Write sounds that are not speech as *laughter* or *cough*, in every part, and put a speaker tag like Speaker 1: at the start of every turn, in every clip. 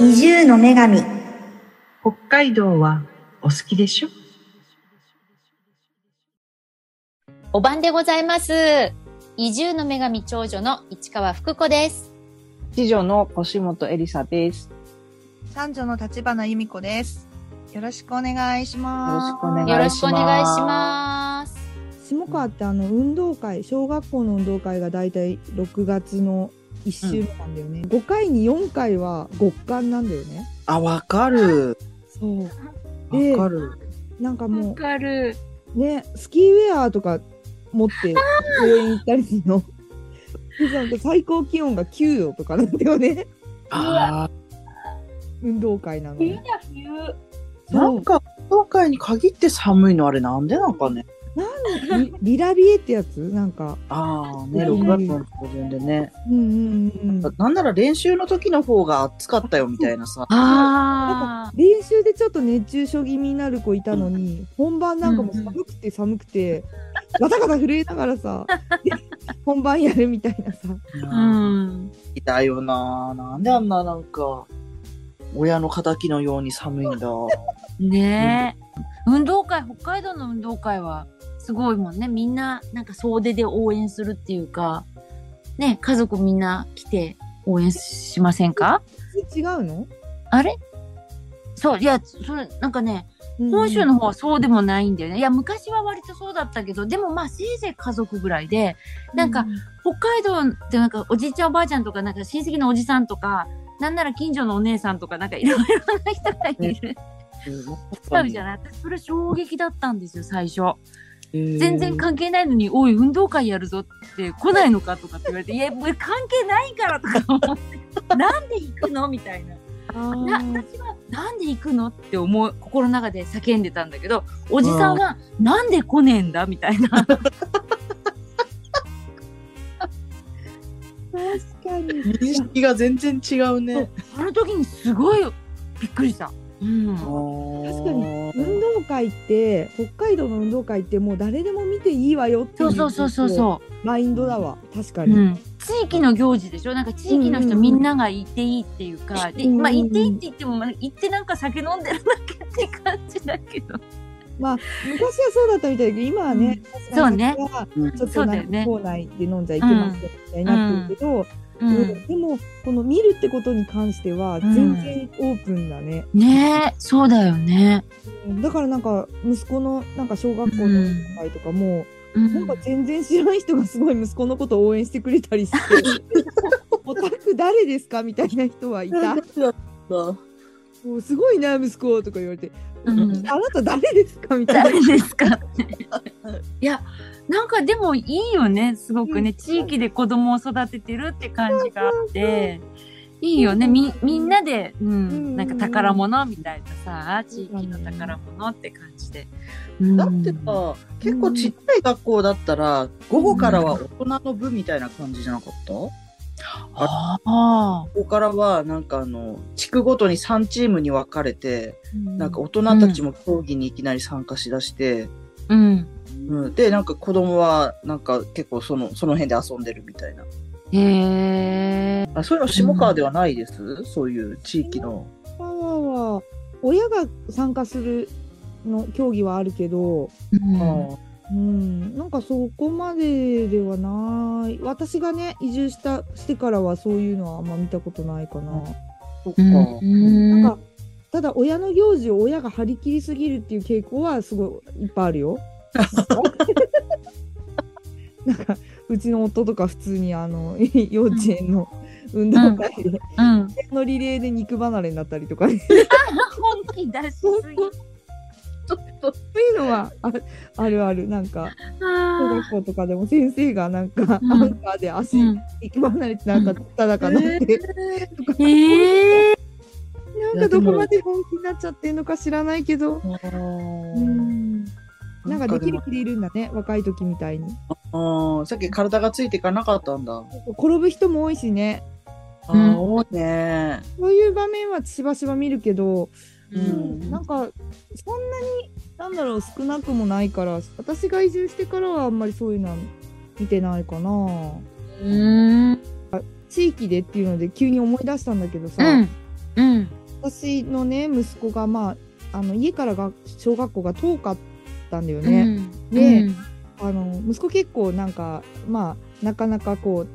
Speaker 1: の女神
Speaker 2: 北海道はお好きでしょ
Speaker 3: お晩でございます。移住の女神長女の市川福子です。
Speaker 4: 次女の腰本エリサです。
Speaker 5: 三女の立花由美子です。よろしくお願いします。
Speaker 4: よろしくお願いします
Speaker 3: よろしくお願いします。
Speaker 6: 下川ってあの運動会小学校の運動会がだいたい6月の1週目なんだよね、5回に4回は極寒なんだよね
Speaker 4: あ、わかる。
Speaker 6: そうで
Speaker 4: わかる。
Speaker 6: なんか
Speaker 7: わ
Speaker 6: も
Speaker 7: かる。
Speaker 6: うねスキーウェアとか持って公園行ったりするの *laughs* でなんか最高気温が9度とかなんだよね *laughs*
Speaker 4: あ
Speaker 6: 運動会なのに
Speaker 7: 冬だ冬。
Speaker 4: ーなんか、今回に限って寒いのあれなんでなんかね。
Speaker 6: リリラビエってやつなんか
Speaker 4: ああ、ね、
Speaker 6: うん
Speaker 4: 6月の上旬でね。
Speaker 6: うんうんうんうん
Speaker 4: なんなら練習の時の方が暑かったよみたいなさ。
Speaker 3: あ
Speaker 6: 練習でちょっと熱中症気味になる子いたのに、本番なんかも寒くて寒くて、ガタガタ震えながらさ *laughs* で本番やるみたいなさ
Speaker 7: うん。
Speaker 4: いたよな。なんであんななんか、親の仇のように寒いんだ。
Speaker 7: ねえ。運動会、北海道の運動会はすごいもんね。みんな、なんか総出で応援するっていうか、ね、家族みんな来て応援しませんか
Speaker 6: 普通違うの
Speaker 7: あれそう、いや、それ、なんかね、本州の方はそうでもないんだよね。いや、昔は割とそうだったけど、でもまあ、せいぜい家族ぐらいで、なんか、北海道ってなんか、おじいちゃんおばあちゃんとか、なんか親戚のおじさんとか、なんなら近所のお姉さんとか、なんかいろいろな人がいる。あるじゃない私それ衝撃だったんですよ、最初。全
Speaker 4: 全
Speaker 7: 然関係ないのに、おい、運動会やるぞって来ないのかとかって言 *laughs* われて、いや、もう関係ないからとか思って、なんで行くのみたいな。な私はなんで行くのって思う心の中で叫んでたんだけどおじさんはなんで来ねえんだみたい *laughs* な
Speaker 6: 確かに
Speaker 4: 認識が全然違うね。
Speaker 7: あの時にすごいびっくりした、うん、
Speaker 4: 確
Speaker 6: かに運動会って北海道の運動会ってもう誰でも見ていいわよってい
Speaker 7: そうそうそうそうそ
Speaker 6: マインドだわ確か
Speaker 7: う、
Speaker 6: に、
Speaker 7: うん、地域の行事でしょなんか地域の
Speaker 6: うんうん
Speaker 7: 人
Speaker 6: うん
Speaker 7: みんなが行っていいっていうか、で
Speaker 6: うんうんうん
Speaker 7: まあ行っていいって言ってもまあ行ってなんか酒飲んでるだけって感じだけど
Speaker 6: まあ昔はそうだったみたいだけど今はね、
Speaker 7: そうね
Speaker 6: さすがに
Speaker 4: うん
Speaker 6: ちょっ
Speaker 7: そ
Speaker 6: と
Speaker 7: うだ
Speaker 6: なん
Speaker 7: よ
Speaker 6: か
Speaker 7: ね
Speaker 6: 校内で飲んじゃいけませんみたいになってるけど、
Speaker 7: うん、
Speaker 6: うんでもこの見るってことに関しては
Speaker 7: うん
Speaker 6: 全然オープンだね、
Speaker 7: ねえそうだよね、
Speaker 6: うんだからなんか息子のなんか小学校
Speaker 7: う
Speaker 6: の
Speaker 7: ん
Speaker 6: 会とかも、
Speaker 7: うん
Speaker 6: なんか全然知らない人がすごい息子のことを応援してくれたりして
Speaker 7: *laughs*
Speaker 6: 「おたく誰ですか?」みたいな人はい
Speaker 7: *laughs*
Speaker 6: た「もうすごいな息子」とか言われて「
Speaker 7: うん
Speaker 6: あなた誰ですか?」みたい
Speaker 7: *laughs*
Speaker 6: な。
Speaker 7: 誰ですかって。いや、なんかでもいいよね、すごくね。地域で子供を育ててるって感じがあって。いいよね。み、みんなで、う
Speaker 6: うん
Speaker 7: ん、なんか宝物みたいなさ、地域の宝物って感じで。うん
Speaker 4: だってさ、結構ちっちゃい学校だったら、午後からは大人の部みたいな感じじゃなかった、こ
Speaker 7: ああ。
Speaker 4: こからは、なんかあの、地区ごとに3チームに分かれて、なんか大人たちも競技にいきなり参加しだして、
Speaker 7: うん。
Speaker 4: うんで、なんか子供は、なんか結構その、その辺で遊んでるみたいな。
Speaker 7: へえ。
Speaker 4: あそういうの下川ではないです、そういう地域の。
Speaker 6: パワーは親が参加するの競技はあるけど、
Speaker 7: うん
Speaker 6: うん、なんかそこまでではない私がね移住したしてからはそういうのはあんま見たことないかな。
Speaker 4: そっか。
Speaker 7: うん。
Speaker 6: なんかただ親の行事を親が張り切りすぎるっていう傾向はすごいいっぱいある *laughs* よ。なんかうちの夫とか普通にあの *laughs* 幼稚園の運動会で、
Speaker 7: うん。
Speaker 6: のリレーで肉離れになったりとかね
Speaker 7: 本気出しす *laughs* ぎ。
Speaker 6: そういうのはああるあるなんか小
Speaker 7: あ
Speaker 6: 学校とかでも先生がなんか、
Speaker 7: うん
Speaker 6: アンカーで
Speaker 7: ー
Speaker 6: 足、
Speaker 7: うん。
Speaker 6: 肉離れてなんかただかなって、
Speaker 7: ええ。
Speaker 6: なんかどこまで本気になっちゃってんのか知らないけど、うん、なんかできる気でいるんだね若い時みたいに。
Speaker 4: ああ、さっき体がついていかなかったんだ。
Speaker 6: 転ぶ人も多いしね
Speaker 4: あ
Speaker 7: うん
Speaker 4: あ、多いね。
Speaker 6: そういう場面はしばしば見るけど、
Speaker 4: う
Speaker 6: なんかそんなになんだろう少なくもないから私が移住してからはあんまりそういうのは見てないかな
Speaker 7: うん。
Speaker 6: 地域でっていうので急に思い出したんだけどさ、
Speaker 7: うん。うん。
Speaker 6: 私のね息子がまああの家からが小学校が遠かったんだよ
Speaker 7: う
Speaker 6: ね、
Speaker 7: ん。
Speaker 6: で
Speaker 7: うん
Speaker 6: あの息子結構なんかまあなかなかこ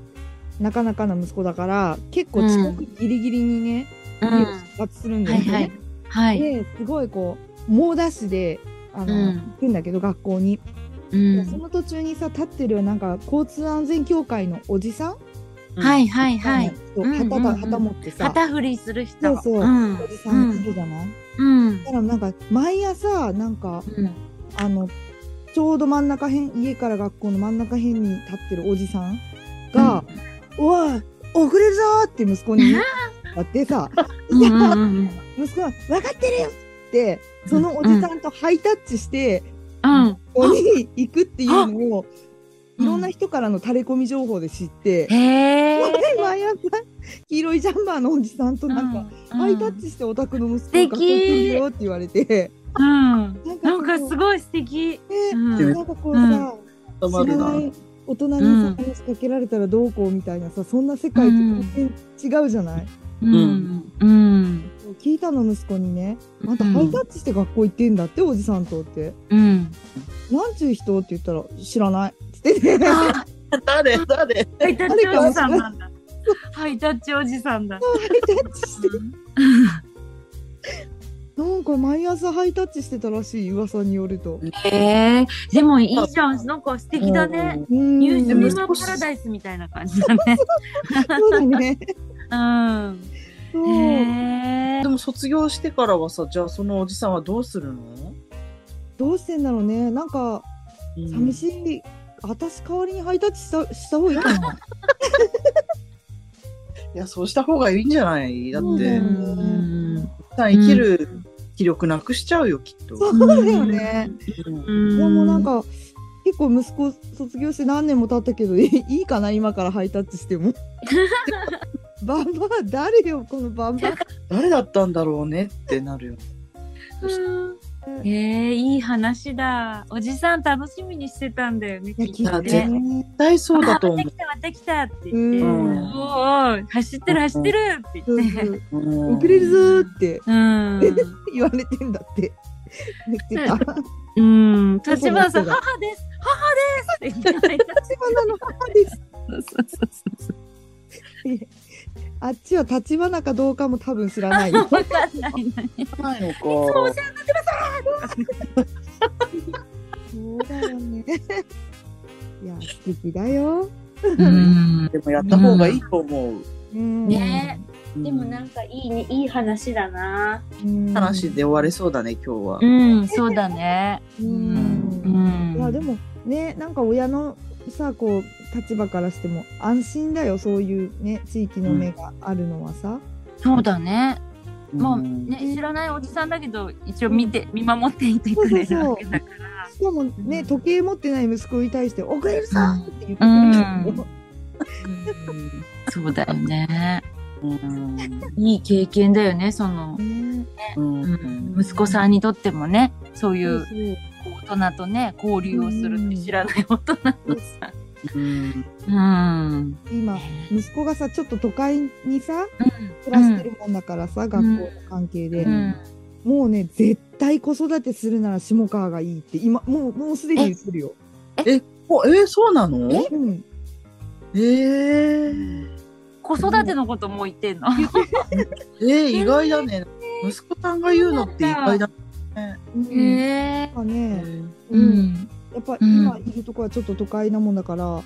Speaker 6: うなかなかな息子だから結構遅刻ギリギリにね、
Speaker 7: う
Speaker 6: 家を
Speaker 7: ん
Speaker 6: 出発するんだ
Speaker 7: は
Speaker 6: よ
Speaker 7: い
Speaker 6: ね、
Speaker 7: はい。はい。
Speaker 6: ですごいこう猛ダッシュであの、
Speaker 7: うん
Speaker 6: 行くんだけど学校に、
Speaker 7: う
Speaker 6: そ
Speaker 7: ん。
Speaker 6: の途中にさ立ってるなんか交通安全協会のおじさん
Speaker 7: はいはいはい。
Speaker 6: そう
Speaker 7: うんうんうん
Speaker 6: 旗が旗持ってさ、
Speaker 7: 旗振りする人。
Speaker 6: そうそう
Speaker 7: うん
Speaker 6: おじさんいるじゃない、
Speaker 7: うん
Speaker 6: だ。からなんか毎朝なんか
Speaker 7: うん
Speaker 6: あのちょうど真ん中辺家から学校の真ん中辺に立ってるおじさんが「おい遅れるぞ!」って息子に
Speaker 7: *laughs*
Speaker 6: 言うだってさ
Speaker 7: うんうんうん
Speaker 6: 息子は「分かってるよ!」ってそのおじさんとハイタッチして、
Speaker 7: うん。
Speaker 6: ここに行くっていうのをいろんな人からの垂れ込み情報で知って、
Speaker 7: へえ。
Speaker 6: 毎朝黄色いジャンバーのおじさんと *laughs* なんか、
Speaker 7: うん
Speaker 6: ハイタッチしてお宅の息子
Speaker 7: 素敵
Speaker 6: が学校来るよって言われて
Speaker 7: うん。
Speaker 6: なん
Speaker 7: な
Speaker 6: こ
Speaker 7: ん
Speaker 6: う
Speaker 7: かすごい素敵。
Speaker 6: ね
Speaker 7: うん
Speaker 6: なんかこうさ、
Speaker 4: たま
Speaker 6: 知
Speaker 4: る
Speaker 6: ら
Speaker 4: な
Speaker 6: ない大人に
Speaker 7: うん
Speaker 6: さ話しかけられたらどうこうみたいなさそんな世界と全然違うじゃない、
Speaker 7: うん。うん。
Speaker 6: 聞いたの息子にね「あんたハイタッチして学校行ってんだっておじさんと」って
Speaker 7: うん。
Speaker 6: 「なんちゅう人?」って言ったら「知らない」っつってね。
Speaker 7: あ
Speaker 4: 誰誰
Speaker 7: ハイタッチおじさんなんだ。ハイタッチおじさんだ。
Speaker 6: ハイタッチ
Speaker 7: *laughs*
Speaker 6: してなんか毎朝ハイタッチしてたらしい噂によると。
Speaker 7: へえ。でもいいじゃん。なんか素敵だね。
Speaker 6: うん
Speaker 7: ニュースミ
Speaker 6: そ
Speaker 7: マパラダイスみたいな感じだね。
Speaker 6: うだ
Speaker 7: *laughs*
Speaker 6: ね。そう
Speaker 7: うん。へえ
Speaker 4: で。も卒業してからはさじゃあそのおじさんはどうするの、
Speaker 6: どうしてんだろうね。なんか
Speaker 4: う
Speaker 6: 寂
Speaker 4: ん
Speaker 6: しい。私代わりにハイタッチしたした方がいいか
Speaker 7: *laughs*
Speaker 6: な。
Speaker 4: いやそうした方がいいんじゃないだって、
Speaker 6: そうだよね
Speaker 7: うん
Speaker 4: さ生きる気力なくしちゃうよきっと。
Speaker 6: そうだよね。
Speaker 4: うん
Speaker 7: うん
Speaker 6: でもなんか結構息子卒業して何年も経ったけど *laughs* いいいかな今からハイタッチして
Speaker 7: *laughs*
Speaker 6: も。バンバン誰よこのバンバン。
Speaker 4: 誰だったんだろうねってなるよ。
Speaker 7: うんへえ、いい話だ。おじさん楽しみにしてたんだよね。
Speaker 6: いや
Speaker 7: きっ
Speaker 6: 聞
Speaker 7: と
Speaker 6: い
Speaker 4: だ
Speaker 6: て
Speaker 4: っ
Speaker 7: ね
Speaker 4: て
Speaker 6: ね。
Speaker 4: 絶対そうだと
Speaker 7: ま
Speaker 4: 思
Speaker 7: た来た、また来たって
Speaker 6: う
Speaker 7: 言って。
Speaker 4: うん
Speaker 6: ん。
Speaker 7: おいおい、走ってる、走ってるって
Speaker 6: そう
Speaker 7: 言って。
Speaker 6: そう
Speaker 4: う。
Speaker 6: 遅れるぞーって
Speaker 7: うん。
Speaker 6: 言われてんだって。言ってた。
Speaker 7: うん。立花さん、母です母ですって言って
Speaker 6: 橘
Speaker 7: た。
Speaker 6: の母です。
Speaker 7: そうそうそうそう。
Speaker 6: *laughs* あっちは立花かどうかも多分知ら
Speaker 7: *laughs*
Speaker 6: ないよ。
Speaker 7: わかんないな。
Speaker 4: ないのか。
Speaker 6: そうだよね。いや、素敵だよ。
Speaker 7: うん
Speaker 4: でもやった方がいいと思う。
Speaker 6: うん
Speaker 7: ね
Speaker 4: うん
Speaker 7: でもなんかいいね、いい話だな。
Speaker 6: うん
Speaker 4: 話で終われそうだね今日は。
Speaker 7: うん、そうだね。
Speaker 6: う。
Speaker 7: うん
Speaker 6: い
Speaker 7: ん。
Speaker 6: や、でも、ね、なんか親のさ、こう、立場からしても安心だよ。そういうね、地域の目があるのはさ。
Speaker 7: そうだね。まあ
Speaker 4: うん
Speaker 7: ね、知らないおじさんだけど、一応見て、見守っていてくれるわけだから。
Speaker 6: しかもね、時計持ってない息子に対して、遅れるぞーって言ってくれる
Speaker 7: うんそうだよね。
Speaker 4: うん
Speaker 7: いい経験だよね、その、
Speaker 6: ね
Speaker 4: うん
Speaker 7: うん、息子さんにとってもね、そうい
Speaker 6: そう
Speaker 7: うこう大人とね、交流をするって知らない大人のさ。
Speaker 4: うん
Speaker 7: うん。
Speaker 6: そう今、息子がさ、ちょっと都会にさ、
Speaker 7: う
Speaker 6: 暮らしてるもんだからさ、学校の関係で。
Speaker 7: ん。
Speaker 6: もうね、絶対子育てするなら下川がいいって、今、もう、もうすでに言ってるよ。
Speaker 4: おえーそうなの？
Speaker 6: うん。
Speaker 4: えー、
Speaker 7: 子育てのことも言ってんの。
Speaker 4: えー、意外だね。息子さんが言うのって意外だね。
Speaker 6: うん。やっ
Speaker 7: へえ。
Speaker 6: ぱね、
Speaker 7: う。ん。
Speaker 6: やっぱ
Speaker 7: うん
Speaker 6: 今いるとこはちょっと都会なもんだから、
Speaker 7: う
Speaker 6: もう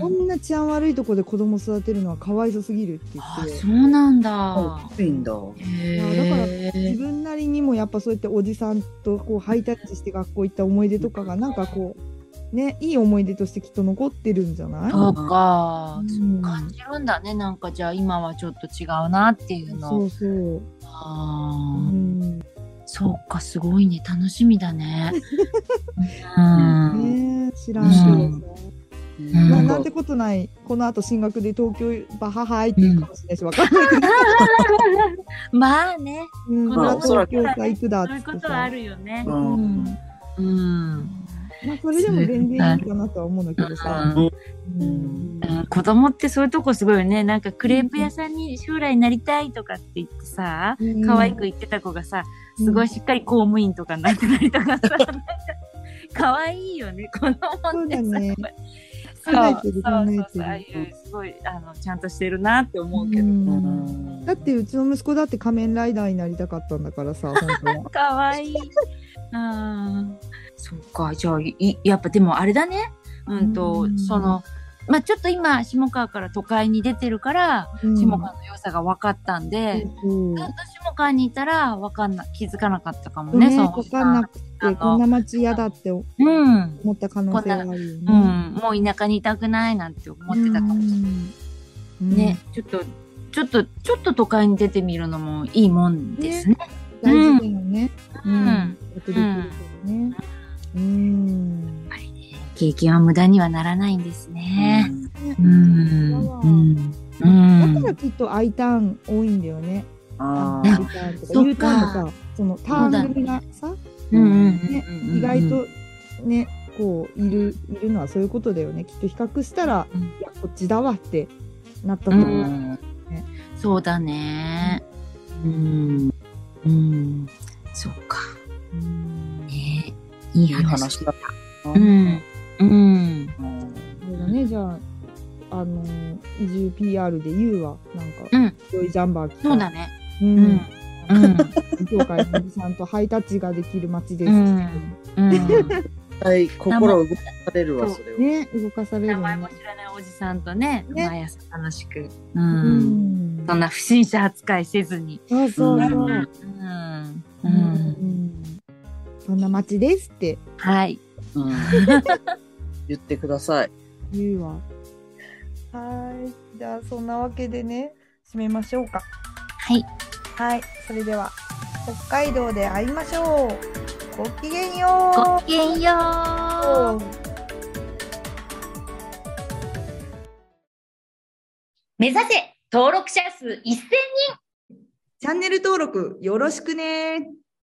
Speaker 6: こ
Speaker 7: ん。
Speaker 6: んな治安悪いとこで子供育てるのはかわいそすぎるって言
Speaker 7: あ
Speaker 6: っ、て
Speaker 7: そ。うなん
Speaker 4: あ
Speaker 7: だ、。
Speaker 4: いいんだ。
Speaker 7: へ
Speaker 6: 自
Speaker 7: え。
Speaker 6: 分なりにもやっぱそうやっておじさんとこうハイタッチして学校行った思い出とかがなんかこうねいい思い出としてきっと残ってるんじゃない
Speaker 7: そうか
Speaker 6: う。ん
Speaker 7: そう感じるんだね。なんかじゃあ今はちょっと違うなっていう
Speaker 6: そ
Speaker 7: の。
Speaker 6: うそう、う
Speaker 7: ああ。
Speaker 6: ん、
Speaker 7: そうか、すごいね。楽しみ
Speaker 6: *laughs*
Speaker 7: だね。う
Speaker 6: ね
Speaker 7: ん。
Speaker 6: え知らんけどさ、
Speaker 7: う
Speaker 4: う
Speaker 7: ん
Speaker 4: ん
Speaker 7: うん
Speaker 6: な
Speaker 4: なん
Speaker 6: なん
Speaker 4: か
Speaker 6: てことないこの後進学で東京バハハイって言うかもしれないしわかんないけど、
Speaker 7: まあね。
Speaker 6: うん
Speaker 7: こ
Speaker 4: の
Speaker 6: 俺は東京さ行くだっ
Speaker 7: そ
Speaker 6: つ
Speaker 7: ういう
Speaker 6: っ
Speaker 7: こ
Speaker 6: て
Speaker 7: とはあ
Speaker 6: さ
Speaker 7: るよね
Speaker 4: う。
Speaker 6: うんん
Speaker 7: うん。
Speaker 6: まあ、それでも全然いいかなとは思うんだけどさ。
Speaker 4: うん
Speaker 6: うん
Speaker 7: うん子供ってそういうとこすごいよね。なんかクレープ屋さんに将来なりたいとかって言ってさ、可愛く言ってた子がさ、すごいしっかり公務員とかになってたりとかさ、なんか可愛いよね、子供ってさ。
Speaker 6: そうだね
Speaker 7: そう
Speaker 6: 考えてる
Speaker 7: そうそう
Speaker 6: 考えて
Speaker 7: そう
Speaker 6: る
Speaker 7: ああいうすごいあのちゃんとしてるなって思うけ
Speaker 6: う
Speaker 7: ど、
Speaker 6: んだってうちの息子だって仮面ライダーになりたかったんだからさ、本当
Speaker 7: *laughs*
Speaker 6: は。
Speaker 7: 可愛い。ああ、そうか。じゃあいやっぱでもあれだね。うんと
Speaker 6: うん
Speaker 7: そのまあちょっと今下川から都会に出てるから
Speaker 6: うん
Speaker 7: 下川の良さが分かったんで、
Speaker 6: うん
Speaker 7: ずっと下川にいたら分かんな気づかなかったかもね。
Speaker 6: ね、
Speaker 7: その
Speaker 6: わかんなく
Speaker 7: あ
Speaker 6: て、
Speaker 7: の
Speaker 6: こんな街嫌だって思
Speaker 7: うん。
Speaker 6: った可能性があるよ
Speaker 7: う
Speaker 6: ね。
Speaker 7: ん、もう田舎にいたくないなんて思ってたかもしれない。
Speaker 6: うん
Speaker 7: ね、ちょっと、ちょっと、ちょっと都会に出てみるのもいいもんですね。
Speaker 6: 大事だよね。
Speaker 7: う
Speaker 6: うんん。やってできるけどね。うん。
Speaker 7: 経験は無駄にはならないんですね。う
Speaker 6: うん
Speaker 7: ん。うん。うん
Speaker 6: だからきっと I ターン多いんだよね。
Speaker 4: あ
Speaker 6: I
Speaker 4: ー
Speaker 6: ターンと
Speaker 7: そ
Speaker 6: か
Speaker 7: っか
Speaker 6: U ターンとか、そのターン組がさ、
Speaker 7: うんうん
Speaker 6: ね
Speaker 7: うん
Speaker 6: 意外とね、こういるいるのはそういうことだよね。きっと比較したら、
Speaker 7: うん
Speaker 6: いやこっちだわってなったと
Speaker 7: う
Speaker 6: 思う。
Speaker 7: んそうだね。うん。うん。そっか。ねいい
Speaker 4: いい話
Speaker 7: 話。
Speaker 4: だな。
Speaker 7: うん。うん。
Speaker 4: うん
Speaker 6: あれだね、じゃあ。あの移住 PR で U はなんか
Speaker 7: うん
Speaker 6: 白いジャンバー着た、
Speaker 7: そうだね。
Speaker 6: う
Speaker 7: うんん。うん。
Speaker 6: 業界のおじさんとハイタッチができる街で
Speaker 7: う
Speaker 6: す。
Speaker 7: ん。うん。
Speaker 4: 絶対心を動かされるわ、
Speaker 7: そう
Speaker 4: それは。
Speaker 6: ね、動かされる
Speaker 7: 名
Speaker 6: よ
Speaker 7: 前
Speaker 6: ね
Speaker 7: も。知らないおじさんとね、
Speaker 6: ね
Speaker 7: 毎朝楽しく。う。
Speaker 6: うんん
Speaker 7: そんな不審者扱いせずに。
Speaker 6: そうそうそう。
Speaker 4: うん
Speaker 7: うん。
Speaker 6: う
Speaker 7: うん。
Speaker 6: んそんな街ですって
Speaker 7: はい。
Speaker 4: うん言ってください。
Speaker 6: 言うわ。
Speaker 5: はい。じゃあ、そんなわけでね、締めましょうか。
Speaker 7: はい。
Speaker 5: はい。それでは、北海道で会いましょう。ごきげんよう。
Speaker 7: ごきげんよう。
Speaker 3: 目指せ登録者数1000
Speaker 5: チャンネル登録よろしくね